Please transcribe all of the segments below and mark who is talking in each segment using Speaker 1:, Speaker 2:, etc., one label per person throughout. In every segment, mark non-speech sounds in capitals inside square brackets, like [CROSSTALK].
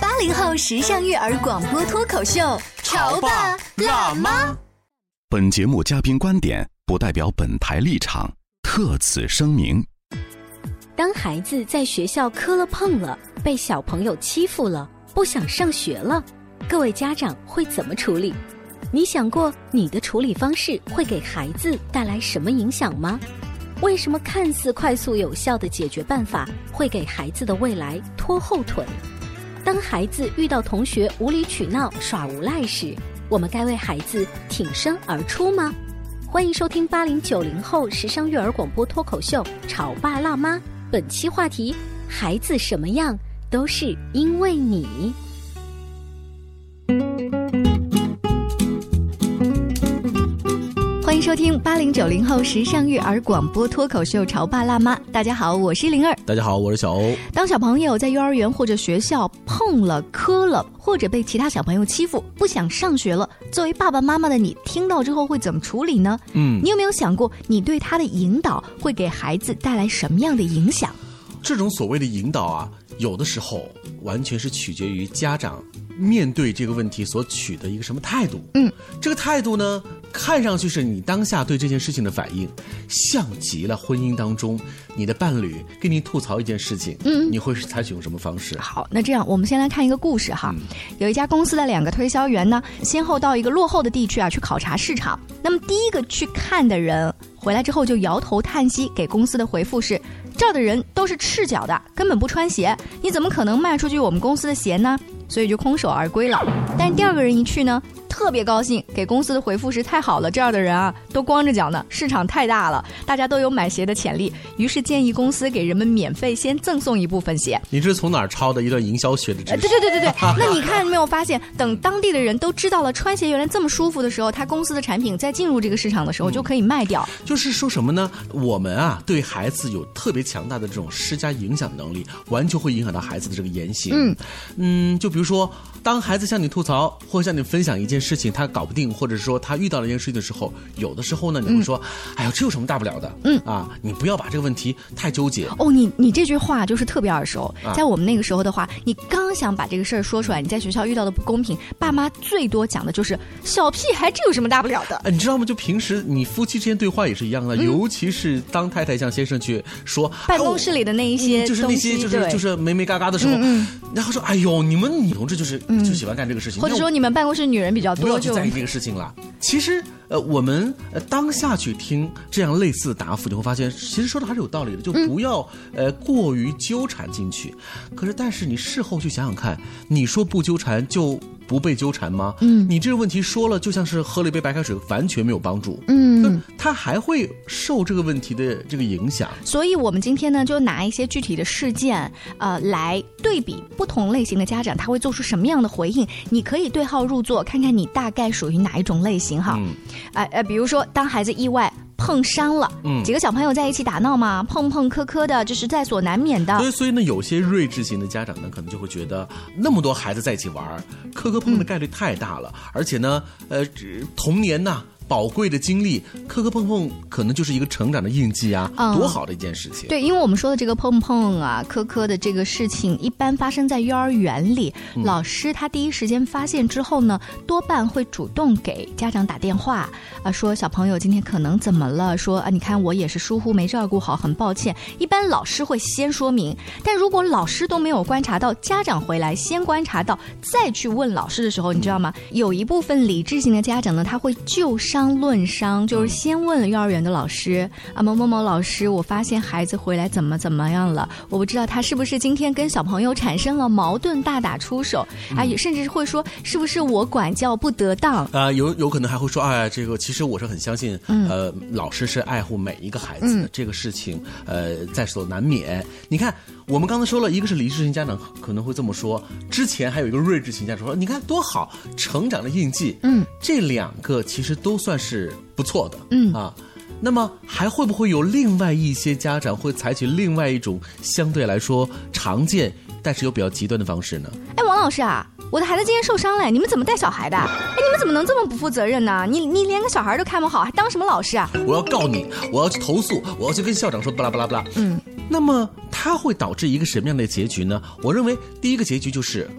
Speaker 1: 八零后时尚育儿广播脱口秀，潮爸辣妈。
Speaker 2: 妈。
Speaker 3: 本节目嘉宾观点不代表本台立场，特此声明。
Speaker 4: 当孩子在学校磕了碰了，被小朋友欺负了，不想上学了，各位家长会怎么处理？你想过你的处理方式会给孩子带来什么影响吗？为什么看似快速有效的解决办法会给孩子的未来拖后腿？当孩子遇到同学无理取闹、耍无赖时，我们该为孩子挺身而出吗？欢迎收听八零九零后时尚育儿广播脱口秀《潮爸辣妈》，本期话题：孩子什么样都是因为你。
Speaker 1: 欢迎收听八零九零后时尚育儿广播脱口秀《潮爸辣妈》。大家好，我是灵儿。
Speaker 5: 大家好，我是小欧。
Speaker 1: 当小朋友在幼儿园或者学校碰了、磕了，或者被其他小朋友欺负，不想上学了，作为爸爸妈妈的你，听到之后会怎么处理呢？
Speaker 5: 嗯，
Speaker 1: 你有没有想过，你对他的引导会给孩子带来什么样的影响？
Speaker 5: 这种所谓的引导啊，有的时候完全是取决于家长面对这个问题所取的一个什么态度。
Speaker 1: 嗯，
Speaker 5: 这个态度呢，看上去是你当下对这件事情的反应，像极了婚姻当中你的伴侣跟你吐槽一件事情，
Speaker 1: 嗯
Speaker 5: 你会是采取用什么方式？
Speaker 1: 好，那这样我们先来看一个故事哈。有一家公司的两个推销员呢，先后到一个落后的地区啊去考察市场。那么第一个去看的人回来之后就摇头叹息，给公司的回复是：这儿的人都是赤脚的，根本不穿鞋，你怎么可能卖出去我们公司的鞋呢？所以就空手而归了。但第二个人一去呢，特别高兴，给公司的回复是：太好了，这样的人啊都光着脚呢，市场太大了，大家都有买鞋的潜力。于是建议公司给人们免费先赠送一部分鞋。
Speaker 5: 你这是从哪儿抄的一段营销学的知
Speaker 1: 呃，
Speaker 5: 识
Speaker 1: 对？对对对
Speaker 5: [LAUGHS]
Speaker 1: 对，那你看没有发现，等当地的人都知道了穿鞋原来这么舒服的时候，他公司的产品在进入这个市场的
Speaker 5: 嗯
Speaker 1: 时候就可以卖掉。
Speaker 5: 就是说什么呢？我们啊，对孩子有特别强大的这种施加影响能力，完全会影响到孩子的这个言行。
Speaker 1: 嗯
Speaker 5: 嗯就比如说，当孩子向你吐槽或向你分享一件事情，他搞不定，或者说他遇到了一件事情的时候，有的时候呢，你会说：“哎呦，这有什么大不了的？”
Speaker 1: 嗯
Speaker 5: 啊，你不要把这个问题太纠结。
Speaker 1: 哦，你你这句话就是特别耳熟，
Speaker 5: 啊嗯
Speaker 1: 在我们那个时候的话，你刚想把这个事儿说出来，你在学校遇到的不公平，爸妈最多讲的就是小屁孩，这有什么大不了的？
Speaker 5: 哎，你知道吗？就平时你夫妻之间对话也是一样的，尤其是当太太向先生去说
Speaker 1: 嗯办公室里的那一些
Speaker 5: 嗯就是那些
Speaker 1: 东西
Speaker 5: 就是
Speaker 1: 对嗯
Speaker 5: 就是没没嘎嘎的时候，然后说：“哎呦，你们女同志就是就喜欢干这个事情，
Speaker 1: 或者
Speaker 5: 那
Speaker 1: 说你们办公室女人比较
Speaker 5: 不要
Speaker 1: 多，
Speaker 5: 去
Speaker 1: 就
Speaker 5: 在意这个事情了。其实，呃，我们呃当下去听这样类似的答复，你会发现，其实说的还是有道理的，就
Speaker 1: 嗯
Speaker 5: 不要、呃过于纠缠进去。可是，但是你事后去想想看，你说不纠缠就不被纠缠吗？嗯，你这个问题说了，就像是喝了一杯白开水，完全没有帮助。嗯，他还会受这个问题的这个影响。
Speaker 1: 所以，我们今天呢，就拿一些具体的事件，呃，来对比不同类型的家长，他会做出什么样的回应。你可以对号入座，看看你大概属于哪一种类型哈。
Speaker 5: 嗯
Speaker 1: 哎、呃，比如说，当孩子意外碰伤了，
Speaker 5: 嗯
Speaker 1: 几个小朋友在一起打闹嘛，碰碰磕磕的，这是在所难免的
Speaker 5: 所。以，所以呢，有些睿智型的家长呢，可能就会觉得那么多孩子在一起玩儿，磕磕碰的概率太大了，而且呢，呃，只童年呐、宝贵的经历，磕磕碰碰可能就是一个成长的印记啊，
Speaker 1: 嗯
Speaker 5: 多好的一件事情。
Speaker 1: 对，因为我们说的这个碰碰啊、磕磕的这个事情，一般发生在幼儿园里。老师他第一时间发现之后呢，多半会主动给家长打电话啊、说小朋友今天可能怎么了？说啊，你看我也是疏忽没照顾好，很抱歉。一般老师会先说明，但如果老师都没有观察到，家长回来先观察到，再去问老师的时候，你知道吗？有一部分理智型的家长呢，他会就商论商，就是先问幼儿园的老师啊，某某某老师，我发现孩子回来怎么怎么样了，我不知道他是不是今天跟小朋友产生了矛盾，大打出手啊，也甚至会说是不是我管教不得当。
Speaker 5: 啊、有有可能还会说，哎，这个其实我是很相信，呃，老师是爱护每一个孩子的、这个事情，呃，在所难免。你看，我们刚才说了一个是理智型家长可能会这么说，之前还有一个睿智型家长说，你看多好，成长的印记，嗯，这两个其实都算是不错的，嗯啊。那么还会不会有另外一些家长会采取另外一种相对来说常见，但是又比较极端的方式呢？
Speaker 1: 哎，王老师啊，我的孩子今天受伤了，你们怎么带小孩的？哎，你们怎么能这么不负责任呢？你你连个小孩都看不好，还当什么老师啊？
Speaker 5: 我要告你，我要去投诉，我要去跟校长说，巴拉巴拉巴拉。嗯，那么它会导致一个什么样的结局呢？我认为第一个结局就是，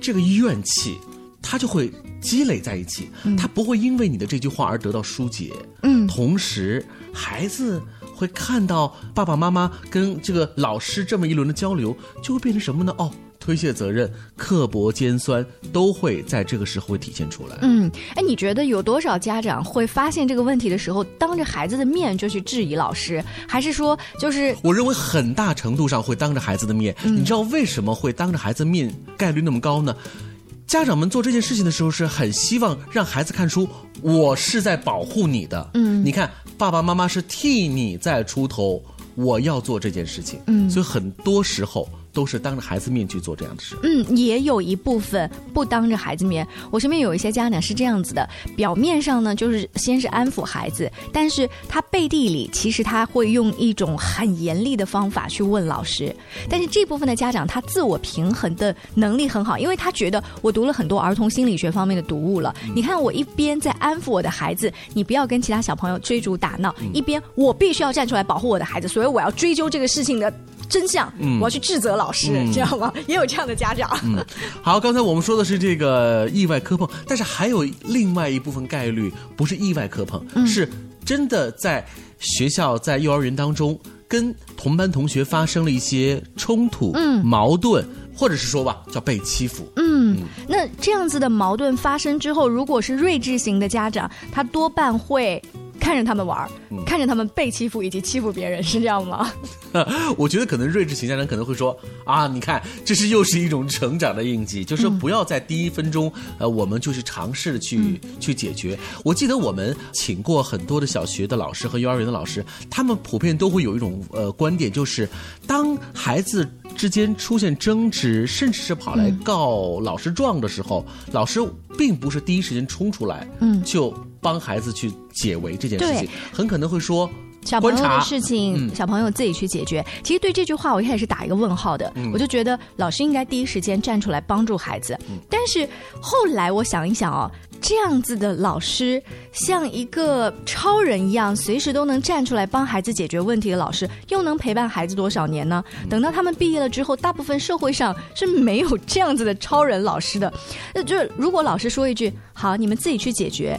Speaker 5: 这个怨气，它就会积累在一起，它不会因为你的这句话而得到疏解。嗯，同时孩子。会看到爸爸妈妈跟这个老师这么一轮的交流，就会变成什么呢？哦，推卸责任、刻薄尖酸都会在这个时候会体现出来。
Speaker 1: 嗯，哎，你觉得有多少家长会发现这个问题的时候，当着孩子的面就去质疑老师，还是说就是
Speaker 5: 我认为很大程度上会当着孩子的面，你知道为什么会当着孩子面概率那么高呢？家长们做这件事情的时候，是很希望让孩子看出我是在保护你的。嗯，你看，爸爸妈妈是替你在出头，我要做这件事情。嗯，所以很多时候都是当着孩子面去做这样的事。
Speaker 1: 嗯，也有一部分不当着孩子面。我身边有一些家长是这样子的，表面上呢就是先是安抚孩子，但是他背地里其实他会用一种很严厉的方法去问老师。但是这部分的家长他自我平衡的能力很好，因为他觉得我读了很多儿童心理学方面的读物了。你看我一边在安抚我的孩子，你不要跟其他小朋友追逐打闹，一边我必须要站出来保护我的孩子，所以我要追究这个事情的真相，我要去指责老师，知道吗？也有这样的家长。
Speaker 5: 好，刚才我们说的是这个意外磕碰，但是还有另外一部分概率不是意外磕碰，是真的在学校、在幼儿园当中跟同班同学发生了一些冲突、矛盾，或者是说吧，叫被欺负。
Speaker 1: 嗯，那这样子的矛盾发生之后，如果是睿智型的家长，他多半会看着他们玩儿，看着他们被欺负以及欺负别人，是这样吗？
Speaker 5: [LAUGHS] 我觉得可能睿智型家长可能会说啊，你看，这是又是一种成长的印记，就是
Speaker 1: 嗯
Speaker 5: 不要在第一分钟，呃，我们就是尝试地去、去解决。我记得我们请过很多的小学的老师和幼儿园的老师，他们普遍都会有一种呃观点，就是当孩子。之间出现争执，甚至是跑来
Speaker 1: 嗯
Speaker 5: 告老师状的时候，老师并不是第一时间冲出来，嗯，就帮孩子去解围这件事情
Speaker 1: 对，
Speaker 5: 很可能会说
Speaker 1: 小朋
Speaker 5: 观
Speaker 1: 友
Speaker 5: 察嗯
Speaker 1: 的事情，小朋友自己去解决。其实对这句话，我一开始是打一个问号的，
Speaker 5: 嗯
Speaker 1: 我就觉得老师应该第一时间站出来帮助孩子。
Speaker 5: 嗯
Speaker 1: 但是后来我想一想哦，这样子的老师像一个超人一样，随时都能站出来帮孩子解决问题的老师，又能陪伴孩子多少年呢？
Speaker 5: 嗯
Speaker 1: 等到他们毕业了之后，大部分社会上是没有这样子的超人老师的。那就是如果老师说一句“好，你们自己去解决”，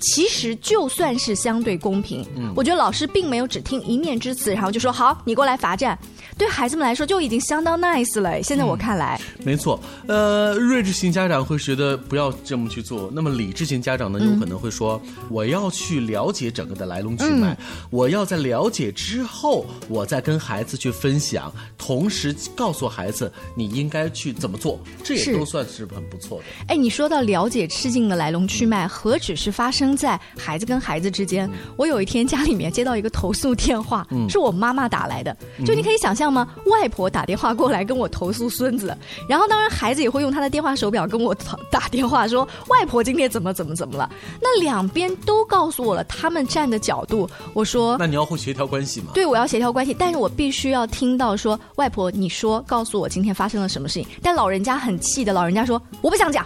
Speaker 1: 其实就算是相对公平，我觉得老师并没有只听一面之词，然后就说好，你过来罚站。对孩子们来说就已经相当 nice 了。现在我看来，
Speaker 5: 没错，呃，睿智型家长会觉得不要这么去做，那么理智型家长呢，有可能会说，我要去了解整个的来龙去脉，我要在了解之后，我再跟孩子去分享，同时告诉孩子你应该去怎么做，这也
Speaker 1: 是
Speaker 5: 都算是很不错的。
Speaker 1: 哎，你说到了解事情的来龙去脉，何止是发生在孩子跟孩子之间？我有一天家里面接到一个投诉电话，是我妈妈打来的。就你可以想象吗？外婆打电话过来跟我投诉孙子，然后当然孩子也会用他的电话手表跟我打打电话说外婆今天怎么怎么怎么了。那两边都告诉我了他们站的角度，我说
Speaker 5: 那你要会协调关系嘛？
Speaker 1: 对，我要协调关系，但是我必须要听到说，外婆，你说，告诉我今天发生了什么事情。但老人家很气的，老人家说，我不想讲，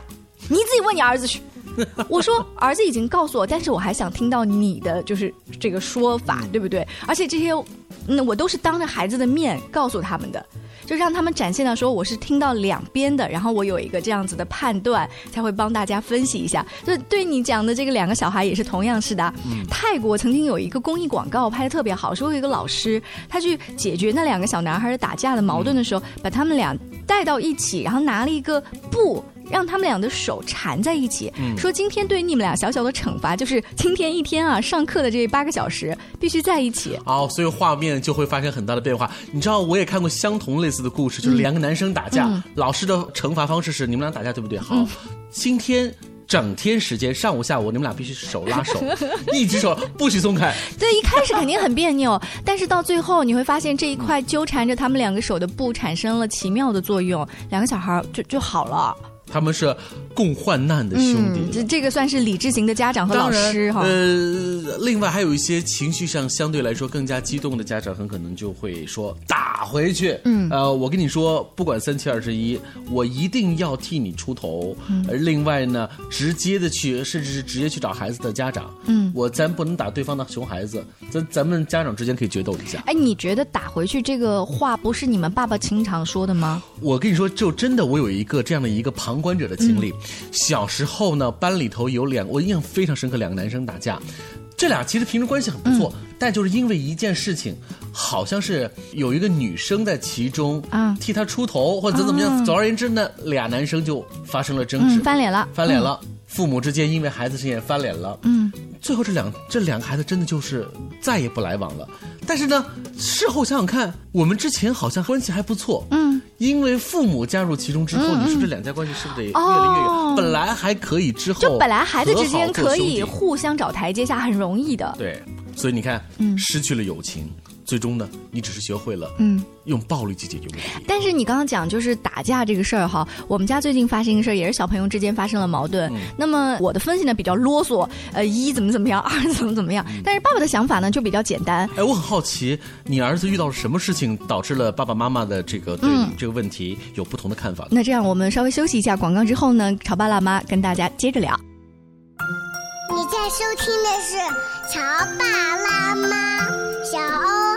Speaker 1: 你自己问你儿子去。我说，儿子已经告诉我，但是我还想听到你的就是这个说法，对不对？而且这些，嗯，我都是当着孩子的面告诉他们的，就让他们展现到说我是听到两边的，然后我有一个这样子的判断，才会帮大家分析一下。就对你讲的这个两个小孩也是同样是的。泰国曾经有一个公益广告拍的特别好，说有一个老师他去解决那两个小男孩打架的矛盾的时候，把他们俩带到一起，然后拿了一个布。让他们俩的手缠在一起，说今天对你们俩小小的惩罚就是今天一天啊上课的这八个小时必须在一起。
Speaker 5: 哦，所以画面就会发生很大的变化。你知道，我也看过相同类似的故事，就是两个男生打架，老师的惩罚方式是你们俩打架，对不对？好，今天。整天时间，上午下午，你们俩必须手拉手，一只手不许松开。
Speaker 1: 对，一开始肯定很别扭，但是到最后你会发现这一块纠缠着他们两个手的布产生了奇妙的作用，两个小孩儿就就好了。
Speaker 5: 他们是共患难的兄弟。
Speaker 1: 嗯，这这个算是理智型的家长和老
Speaker 5: 当然，
Speaker 1: 师哈。
Speaker 5: 呃，另外还有一些情绪上相对来说更加激动的家长，很可能就会说打回去。嗯，呃，我跟你说，不管三七二十一，我一定要替你出头。
Speaker 1: 嗯
Speaker 5: 呃另外呢，直接的去，甚至是直接去找孩子的家长。嗯，我咱不能打对方的熊孩子，咱咱们家长之间可以决斗一下。
Speaker 1: 哎，你觉得打回去这个话不是你们爸爸经常说的吗？
Speaker 5: 我跟你说，就真的我有一个这样的一个旁观者的经历。小时候呢，班里头有两，我印象非常深刻，两个男生打架。这俩其实平时关系很不错，但就是因为一件事情，好像是有一个女生在其中
Speaker 1: 啊
Speaker 5: 替他出头，或者怎么样。总而言之呢，俩男生就发生了争执，
Speaker 1: 嗯，翻脸了，
Speaker 5: 翻脸了。父母之间因为孩子事情也翻脸了，
Speaker 1: 嗯，
Speaker 5: 最后这两这两个孩子真的就是再也不来往了。但是呢，事后想想看，我们之前好像关系还不错，
Speaker 1: 嗯，
Speaker 5: 因为父母加入其中之后，你说这两家关系是不是得越来越远？
Speaker 1: 哦
Speaker 5: 本来还可以，之后
Speaker 1: 就本来孩子之间
Speaker 5: 和好做
Speaker 1: 可
Speaker 5: 兄
Speaker 1: 以
Speaker 5: 弟
Speaker 1: 互相找台阶下，很容易的。
Speaker 5: 对，所以你看，失去了友情，最终呢，你只是学会了
Speaker 1: 嗯
Speaker 5: 用暴力去解决问题。
Speaker 1: 但是你刚刚讲就是打架这个事儿哈，我们家最近发生一个事儿，也是小朋友之间发生了矛盾。
Speaker 6: 嗯
Speaker 1: 那么我的分析呢比较啰嗦，呃，一怎么怎么样， [LAUGHS] 二怎么怎么样。
Speaker 6: 嗯
Speaker 1: 但是爸爸的想法呢就比较简单，
Speaker 5: 哎，我很好奇，你儿子遇到了什么事情，导致了爸爸妈妈的这个对
Speaker 1: 嗯
Speaker 5: 这个问题有不同的看法呢？
Speaker 1: 那这样，我们稍微休息一下广告之后呢，潮爸辣妈跟大家接着聊。
Speaker 7: 你在收听的是《潮爸辣妈》，小欧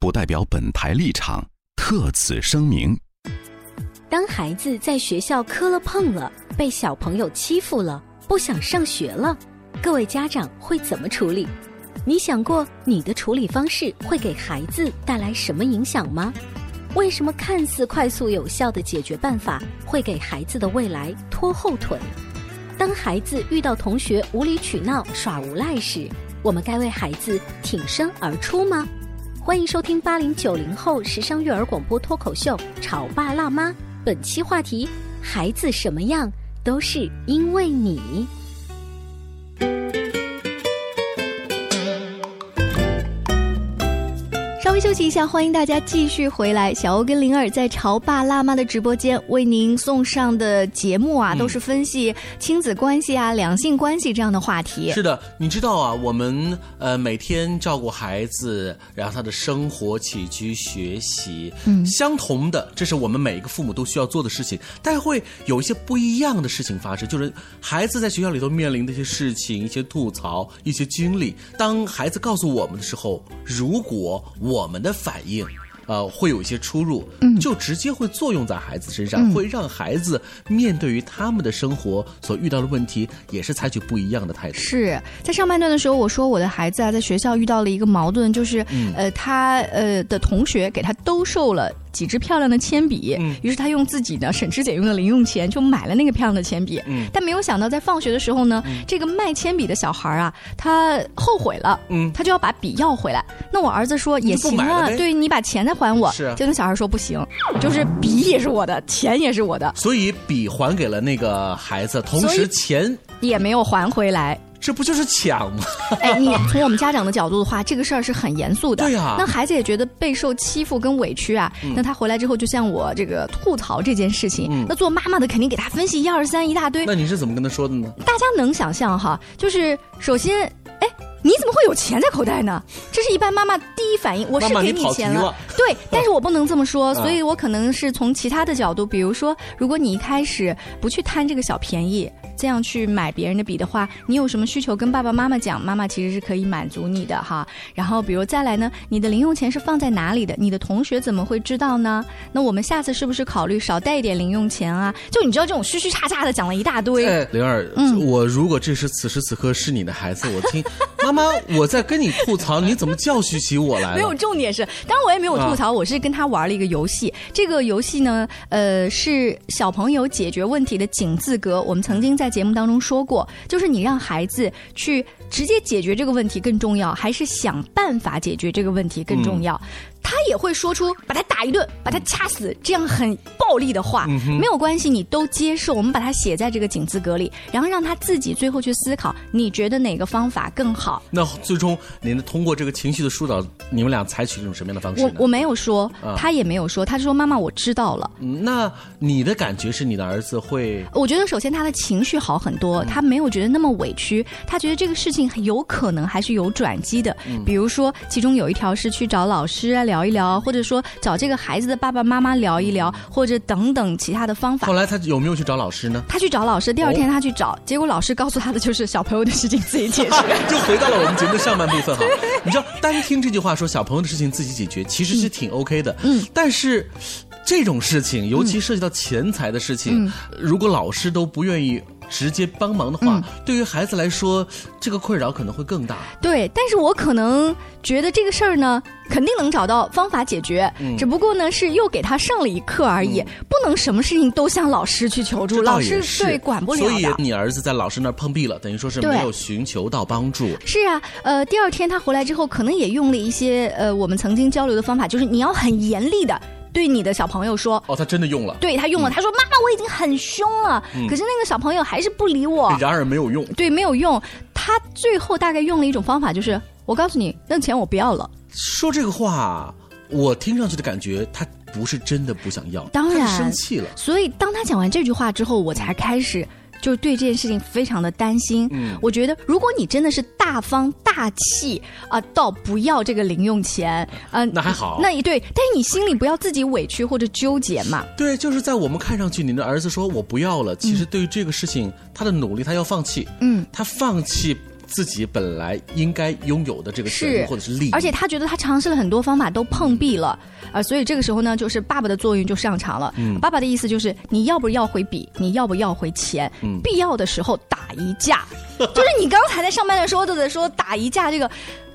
Speaker 3: 不代表本台立场，特此声明。
Speaker 4: 当孩子在学校磕了碰了，被小朋友欺负了，不想上学了，各位家长会怎么处理？你想过你的处理方式会给孩子带来什么影响吗？为什么看似快速有效的解决办法会给孩子的未来拖后腿？当孩子遇到同学无理取闹、耍无赖时，我们该为孩子挺身而出吗？欢迎收听八零九零后时尚育儿广播脱口秀《潮爸辣妈》，本期话题：孩子什么样都是因为你。
Speaker 1: 稍微休息一下，欢迎大家继续回来。小欧跟灵儿在潮爸辣妈的直播间为您送上的节目啊，都是分析亲子关系啊、两性关系这样的话题。
Speaker 5: 是的，你知道啊，我们呃每天照顾孩子，然后他的生活起居、学习，嗯，相同的，这是我们每一个父母都需要做的事情，但是会有一些不一样的事情发生，就是孩子在学校里头面临的一些事情、一些吐槽、一些经历。当孩子告诉我们的时候，如果我们的反应。呃，会有一些出入，就直接会作用在孩子身上，会让孩子面对于他们的生活所遇到的问题，也是采取不一样的态度。
Speaker 1: 是在上半段的时候，我说我的孩
Speaker 5: 嗯
Speaker 1: 子啊，在学校遇到了一个矛盾，就是、呃，他呃的同学给他兜售了几支漂亮的铅笔，
Speaker 5: 嗯
Speaker 1: 于是他用自己的省吃俭用的零用钱就买了那个漂亮的铅笔。
Speaker 5: 嗯
Speaker 1: 但没有想到在放学的时候呢，这个卖铅笔的小孩啊，他后悔了，
Speaker 5: 嗯
Speaker 1: 他就要把笔要回来。那我儿子说也
Speaker 5: 就不
Speaker 1: 行
Speaker 5: 买了
Speaker 1: 啊，
Speaker 5: 呗
Speaker 1: 对你把钱再还我。
Speaker 5: 是啊
Speaker 1: 就那小孩说不行，就是笔也是我的，钱也是我的，
Speaker 5: 所以笔还给了那个孩子，同
Speaker 1: 所以
Speaker 5: 时钱
Speaker 1: 也没有还回来。
Speaker 5: 这不就是抢吗？
Speaker 1: 哎，你从我们家长的角度的话，这个事儿是很严肃的。
Speaker 5: 对啊呀
Speaker 1: 那孩子也觉得备受欺负跟委屈啊。
Speaker 5: 嗯
Speaker 1: 那他回来之后，就向我这个吐槽这件事情。
Speaker 5: 嗯
Speaker 1: 那做妈妈的肯定给他分析一二三一大堆。
Speaker 5: 那你是怎么跟他说的呢？
Speaker 1: 大家能想象哈，就是首先，哎，你怎么会有钱在口袋呢？这是一般妈妈第一反应，我是
Speaker 5: 妈妈
Speaker 1: 给
Speaker 5: 你跑题
Speaker 1: 钱了，
Speaker 5: 了
Speaker 1: 对，但是我不能这么说，
Speaker 5: 啊
Speaker 1: 所以我可能是从其他的角度，比如说，如果你一开始不去贪这个小便宜。这样去买别人的笔的话，你有什么需求跟爸爸妈妈讲，妈妈其实是可以满足你的哈。然后，比如再来呢，你的零用钱是放在哪里的？你的同学怎么会知道呢？那我们下次是不是考虑少带一点零用钱啊？就你知道这种虚虚叉叉的讲了一大堆，
Speaker 5: 哎，灵儿，
Speaker 1: 嗯
Speaker 5: 我如果这是此时此刻是你的孩子，我听 [LAUGHS] 妈妈，我在跟你吐槽，你怎么教训起我来了？
Speaker 1: 没有，重点是，当然我也没有吐槽，
Speaker 5: 啊
Speaker 1: 我是跟他玩了一个游戏。这个游戏呢，呃，是小朋友解决问题的井字格。我们曾经在节目当中说过，就是你让孩子去直接解决这个问题更重要，还是想办法解决这个问题更重要？
Speaker 5: 嗯
Speaker 1: 他也会说出把他打一顿，把他掐死这样很暴力的话，
Speaker 8: 嗯哼
Speaker 1: 没有关系，你都接受。我们把它写在这个井字格里，然后让他自己最后去思考，你觉得哪个方法更好？
Speaker 5: 那最终您通过这个情绪的疏导，你们俩采取一种什么样的方式
Speaker 1: 我
Speaker 5: 呢？
Speaker 1: 我没有说
Speaker 5: 啊，
Speaker 1: 他也没有说，他说妈妈我知道了。
Speaker 5: 嗯那你的感觉是你的儿子会
Speaker 1: 我觉得首先他的情绪好很多，
Speaker 5: 嗯
Speaker 1: 他没有觉得那么委屈，他觉得这个事情有可能还是有转机的。
Speaker 8: 嗯
Speaker 1: 比如说，其中有一条是去找老师啊聊一聊，或者说找这个孩子的爸爸妈妈聊一聊，或者等等其他的方法
Speaker 5: 嗯后。来他哦有没有去找老师呢？
Speaker 1: 他去找老师，第二天他去找，结果老师告诉他的就是小朋友的事情自己解决。
Speaker 5: [LAUGHS] 就回到了我们节目的上半部分哈。你知道，单听这句话说小朋友的事情自己解决，其实是挺 OK 的。嗯，但是这种事情，尤其涉及到钱财的事情，
Speaker 9: 嗯
Speaker 5: 如果老师都不愿意直接帮忙的话，
Speaker 1: 嗯
Speaker 5: 对于孩子来说，这个困扰可能会更大。
Speaker 1: 对，但是我可能觉得这个事儿呢，肯定能找到方法解决，
Speaker 5: 嗯
Speaker 1: 只不过呢是又给他上了一课而已，不能什么事情都向老师去求助，老
Speaker 5: 倒也
Speaker 1: 师
Speaker 5: 是
Speaker 1: 对管不了
Speaker 5: 所以
Speaker 1: 的。
Speaker 5: 你儿子在老师那儿碰壁了，等于说是
Speaker 1: 对
Speaker 5: 没有寻求到帮助。
Speaker 1: 是啊，呃，第二天他回来之后，可能也用了一些呃我们曾经交流的方法，就是你要很严厉的对你的小朋友说，
Speaker 5: 哦，他真的用了。
Speaker 1: 对他用了，他说妈妈我已经很凶了，
Speaker 5: 嗯
Speaker 1: 可是那个小朋友还是不理我，
Speaker 5: 然而没有用。
Speaker 1: 对，没有用。他最后大概用了一种方法，就是我告诉你，那钱我不要了。
Speaker 5: 说这个话，我听上去的感觉，他不是真的不想要，
Speaker 1: 当然
Speaker 5: 他是生气了。
Speaker 1: 所以当他讲完这句话之后，我才开始就是对这件事情非常的担心。
Speaker 5: 嗯
Speaker 1: 我觉得如果你真的是大方大气啊、到不要这个零用钱，嗯、
Speaker 5: 那还好
Speaker 1: 那也对，但是你心里不要自己委屈或者纠结嘛。
Speaker 5: 对，就是在我们看上去，你的儿子说我不要了，其实对于这个事情，他的努力他要放弃，
Speaker 1: 嗯，
Speaker 5: 他放弃自己本来应该拥有的这个权利
Speaker 1: 是
Speaker 5: 或者是利益，
Speaker 1: 而且他觉得他尝试了很多方法都碰壁了，啊、所以这个时候呢，就是爸爸的作用就上场了。
Speaker 5: 嗯
Speaker 1: 爸爸的意思就是你要不要回笔，你要不要回钱，
Speaker 5: 嗯
Speaker 1: 必要的时候打一架。 [LAUGHS] 就是你刚才在上班的时候都在说打一架这个，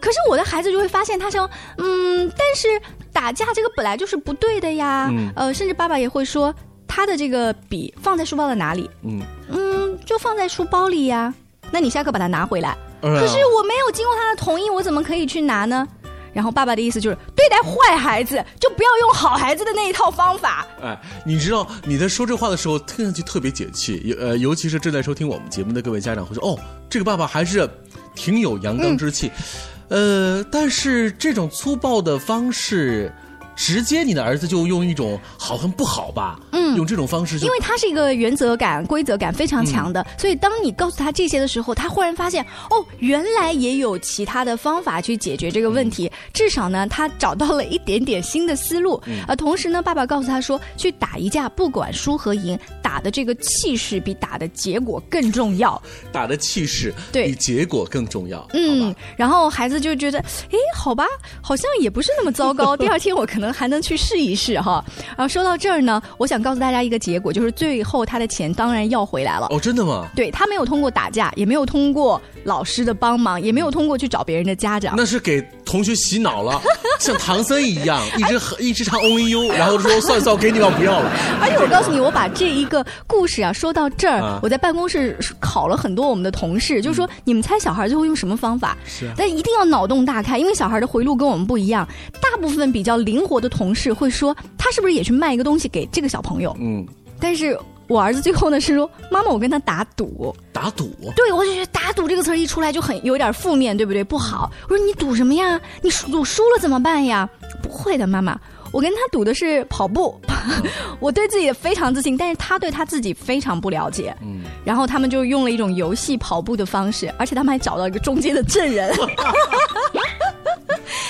Speaker 1: 可是我的孩子就会发现他说，嗯，但是打架这个本来就是不对的呀。
Speaker 8: 嗯
Speaker 1: 呃，甚至爸爸也会说他的这个笔放在书包的哪里？
Speaker 5: 嗯，
Speaker 1: 嗯，就放在书包里呀。那你下课把它拿回来。
Speaker 5: 哎呀
Speaker 1: 可是我没有经过他的同意，我怎么可以去拿呢？然后爸爸的意思就是，对待坏孩子就不要用好孩子的那一套方法。
Speaker 5: 哎，你知道你在说这话的时候，听上去特别解气，尤呃，尤其是正在收听我们节目的各位家长会说，哦，这个爸爸还是挺有阳刚之气，
Speaker 1: 嗯
Speaker 5: 呃，但是这种粗暴的方式。直接你的儿子就用一种好像不好吧，
Speaker 1: 嗯
Speaker 5: 用这种方式就
Speaker 1: 因为他是一个原则感、规则感非常强的，所以当你告诉他这些的时候，他忽然发现，哦，原来也有其他的方法去解决这个问题。至少呢，他找到了一点点新的思路。
Speaker 8: 嗯
Speaker 1: 呃，同时呢，爸爸告诉他说，去打一架，不管输和赢，打的这个气势比打的结果更重要。
Speaker 5: 打的气势
Speaker 1: 对
Speaker 5: 比结果更重要。
Speaker 1: 嗯，然后孩子就觉得，诶，好吧，好像也不是那么糟糕。第二天我可能还能去试一试哈。然后说到这儿呢，我想告诉大家一个结果，就是最后他的钱当然要回来了。
Speaker 5: 哦，真的吗？
Speaker 1: 对他没有通过打架，也没有通过老师的帮忙，也没有通过去找别人的家长。
Speaker 5: 那是给同学洗脑
Speaker 1: [LAUGHS]
Speaker 5: 了，像唐僧一样，一直一直唱 Only You，然后说算算我给你吧，不要了。
Speaker 1: 而且我告诉你，我把这一个故事啊说到这儿，
Speaker 5: 啊嗯
Speaker 1: 我在办公室考了很多我们的同事，就是说你们猜小孩最后用什么方法？
Speaker 5: 是啊
Speaker 1: 但一定要脑洞大开，因为小孩的回路跟我们不一样。大部分比较灵活的同事会说，他是不是也去卖一个东西给这个小朋友？
Speaker 5: 嗯，
Speaker 1: 但是我儿子最后呢是说，妈妈，我跟他打赌。
Speaker 5: 打赌。
Speaker 1: 对，我就觉得“打赌”这个词儿一出来就很有点负面，对不对？不好。我说你赌什么呀？你输赌输了怎么办呀？不会的，妈妈，我跟他赌的是跑步， [LAUGHS] 我对自己也非常自信，但是他对他自己非常不了解。
Speaker 5: 嗯，
Speaker 1: 然后他们就用了一种游戏跑步的方式，而且他们还找到一个中间的证人。 [LAUGHS]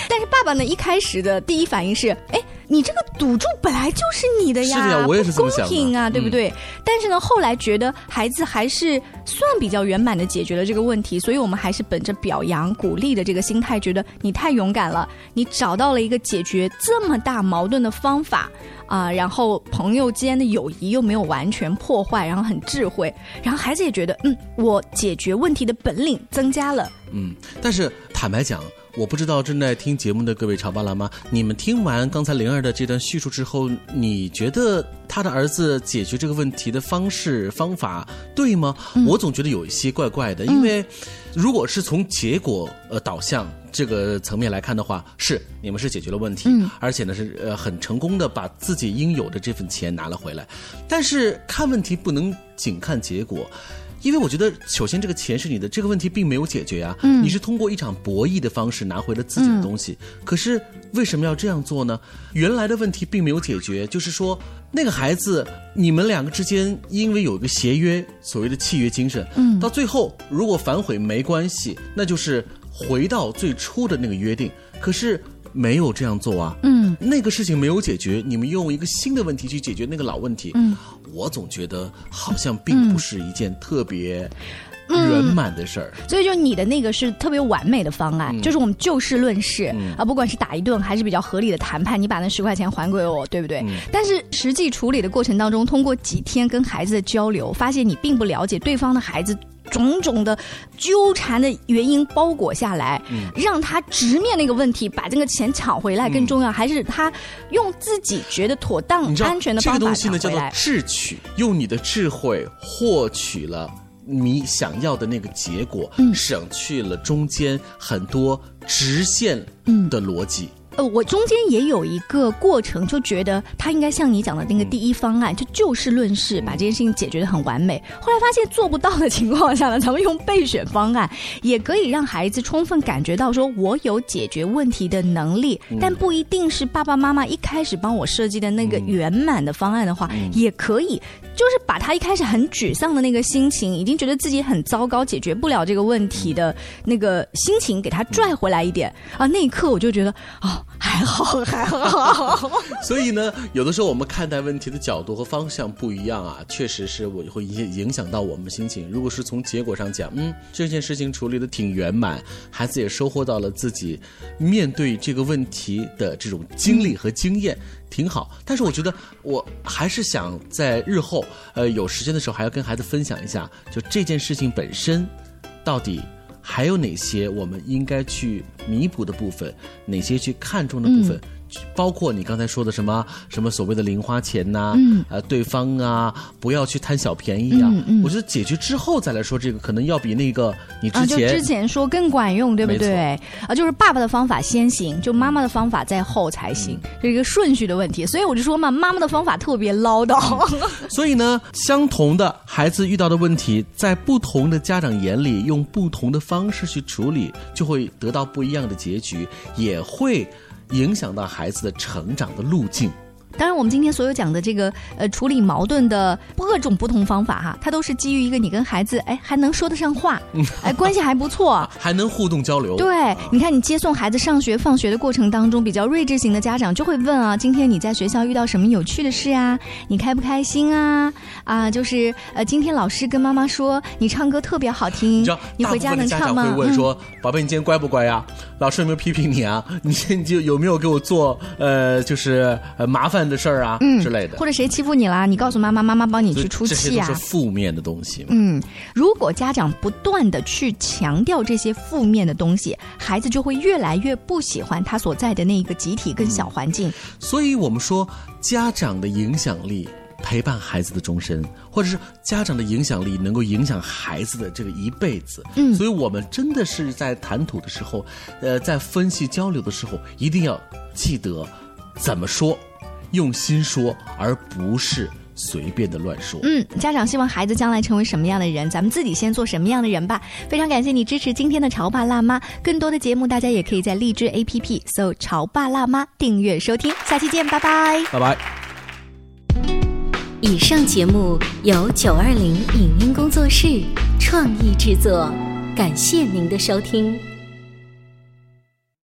Speaker 1: 但是爸爸呢，一开始的第一反应是，哎。你这个赌注本来就是你的呀，
Speaker 5: 是的呀我也是这么想的
Speaker 1: 不公平啊，对不
Speaker 5: 嗯
Speaker 1: 对？但是呢，后来觉得孩子还是算比较圆满的解决了这个问题，所以我们还是本着表扬、鼓励的这个心态，觉得你太勇敢了，你找到了一个解决这么大矛盾的方法啊、然后朋友间的友谊又没有完全破坏，然后很智慧，然后孩子也觉得，嗯，我解决问题的本领增加了。
Speaker 5: 嗯，但是坦白讲，我不知道正在听节目的各位潮爸辣妈，啊你们听完刚才灵儿的这段叙述之后，你觉得他的儿子解决这个问题的方式方法对吗？我总觉得有一些怪怪的，因为如果是从结果呃导向。这个层面来看的话，是你们是解决了问题，
Speaker 8: 嗯
Speaker 5: 而且呢是呃很成功的把自己应有的这份钱拿了回来。但是看问题不能仅看结果，因为我觉得首先这个钱是你的，这个问题并没有解决啊，
Speaker 8: 嗯
Speaker 5: 你是通过一场博弈的方式拿回了自己的东西。可是为什么要这样做呢？原来的问题并没有解决，就是说那个孩子，你们两个之间因为有一个协约，所谓的契约精神，
Speaker 8: 嗯
Speaker 5: 到最后如果反悔没关系，那就是回到最初的那个约定。可是。没有这样做啊，
Speaker 8: 嗯
Speaker 5: 那个事情没有解决，你们用一个新的问题去解决那个老问题，
Speaker 8: 嗯，
Speaker 5: 我总觉得好像并不是一件特别
Speaker 1: 嗯
Speaker 5: 圆满的事儿。
Speaker 1: 所以就你的那个是特别完美的方案，
Speaker 5: 嗯
Speaker 1: 就是我们就事论事、
Speaker 5: 嗯
Speaker 1: 啊，不管是打一顿还是比较合理的谈判，你把那十块钱还给我，对不对？
Speaker 5: 嗯
Speaker 1: 但是实际处理的过程当中，通过几天跟孩子的交流，发现你并不了解对方的孩子。种种的纠缠的原因包裹下来，
Speaker 8: 嗯
Speaker 1: 让他直面那个问题，把这个钱抢回
Speaker 5: 嗯
Speaker 1: 来更重要，还是他用自己觉得妥当
Speaker 5: 你、知
Speaker 1: 嗯
Speaker 5: 道
Speaker 1: 安全的
Speaker 5: 这个
Speaker 1: 方法
Speaker 5: 东西
Speaker 1: 抢
Speaker 5: 呢，叫
Speaker 1: 回
Speaker 5: 做
Speaker 1: 来？
Speaker 5: 智取，用你的智慧获取了你想要的那个结果，
Speaker 1: 嗯
Speaker 5: 省去了中间很多直线
Speaker 1: 嗯
Speaker 5: 的逻辑。
Speaker 1: 呃，我中间也有一个过程，就觉得他应该像你讲的
Speaker 8: 嗯
Speaker 1: 那个第一方案，就就事论事，把这件事情解决的很完美。后来发现做不到的情况下呢，咱们用备选方案，也可以让孩子充分感觉到，说我有解决问题的能力，
Speaker 8: 嗯
Speaker 1: 但不一定是爸爸妈妈一开始帮我设计的那个圆满的方案的话，
Speaker 8: 嗯
Speaker 1: 也可以，就是把他一开始很沮丧的那个心情，已经觉得自己很糟糕，解决不了这个问
Speaker 8: 嗯
Speaker 1: 题的那个心情，给他拽回来一点啊！那一刻我就觉得，哦，还好，还好。
Speaker 5: [LAUGHS] 所以呢，有的时候我们看待问题的角度和方向不一样啊，确实是我会影影响到我们心情。如果是从结果上讲，嗯，这件事情处理的挺圆满，孩子也收获到了自己面对这个问题的这种经历和经验。挺好，但是我觉得我还是想在日后，呃，有时间的时候还要跟孩子分享一下，就这件事情本身到底还有哪些我们应该去弥补的部分，哪些去看重的部分，包括你刚才说的什么什么所谓的零花钱呐、
Speaker 8: 嗯
Speaker 5: 呃，对方啊，不要去贪小便宜啊。
Speaker 8: 嗯嗯
Speaker 5: 我觉得解决之后再来说这个，可能要比那个你
Speaker 1: 啊，
Speaker 5: 之
Speaker 1: 就
Speaker 5: 前、
Speaker 1: 之前说更管用，对不
Speaker 5: 没错
Speaker 1: 对？啊，就是爸爸的方法先行，就妈妈的方法在后才行，
Speaker 5: 嗯
Speaker 1: 这是一个顺序的问题。所以我就说嘛，妈妈的方法特别唠叨。
Speaker 5: 嗯所以呢，相同的孩子遇到的问题，在不同的家长眼里，用不同的方式去处理，就会得到不一样的结局，也会影响到孩子的成长的路径。
Speaker 1: [LAUGHS] 当然，我们今天所有讲的这个呃处理矛盾的各种不同方法哈，它都是基于一个你跟孩子哎还能说得上话，
Speaker 5: 嗯
Speaker 1: 哎关系还不错。
Speaker 5: 还能互动交流。
Speaker 1: 对，你看你接送孩子上学、放学的过程当中，比较睿智型的家长就会问啊，今天你在学校遇到什么有趣的事啊？你开不开心啊？啊，就是呃，今天老师跟妈妈说你唱歌特别好听
Speaker 5: 你知道，，
Speaker 1: 嗯你
Speaker 5: 大部
Speaker 1: 回家
Speaker 5: 分的
Speaker 1: 能
Speaker 5: 家
Speaker 1: 唱
Speaker 5: 长
Speaker 1: 吗？
Speaker 5: 会问
Speaker 1: 嗯
Speaker 5: 说：“宝贝，你今天乖不乖啊 [LAUGHS] 呀？老师有没有批评你啊？你今天就有没有给我做呃，就是呃麻烦饭的事儿啊、
Speaker 1: 嗯
Speaker 5: 之类的，
Speaker 1: 或者谁欺负你啦，你告诉妈妈，妈妈帮你去出
Speaker 5: 这
Speaker 1: 气
Speaker 5: 些
Speaker 1: 啊
Speaker 5: 都是。负面的东西嘛。
Speaker 1: 嗯，如果家长不断的去强调这些负面的东西，孩子就会越来越不喜欢他所在的那一个集体跟小环境。
Speaker 5: 所以我们说，家长的影响力陪伴孩子的终身，或者是家长的影响力能够影响孩子的这个一辈子。
Speaker 1: 嗯
Speaker 5: 所以我们真的是在谈吐的时候，呃，在分析交流的时候，一定要记得怎么说，用心说，而不是随便的乱说。
Speaker 1: 嗯，家长希望孩子将来成为什么样的人，咱们自己先做什么样的人吧。非常感谢你支持今天的《潮爸辣妈》，更多的节目大家也可以在荔枝 APP 搜“潮爸辣妈”订阅收听。下期见，拜拜。
Speaker 5: 拜拜。
Speaker 4: 以上节目由九二零影音工作室创意制作，感谢您的收听。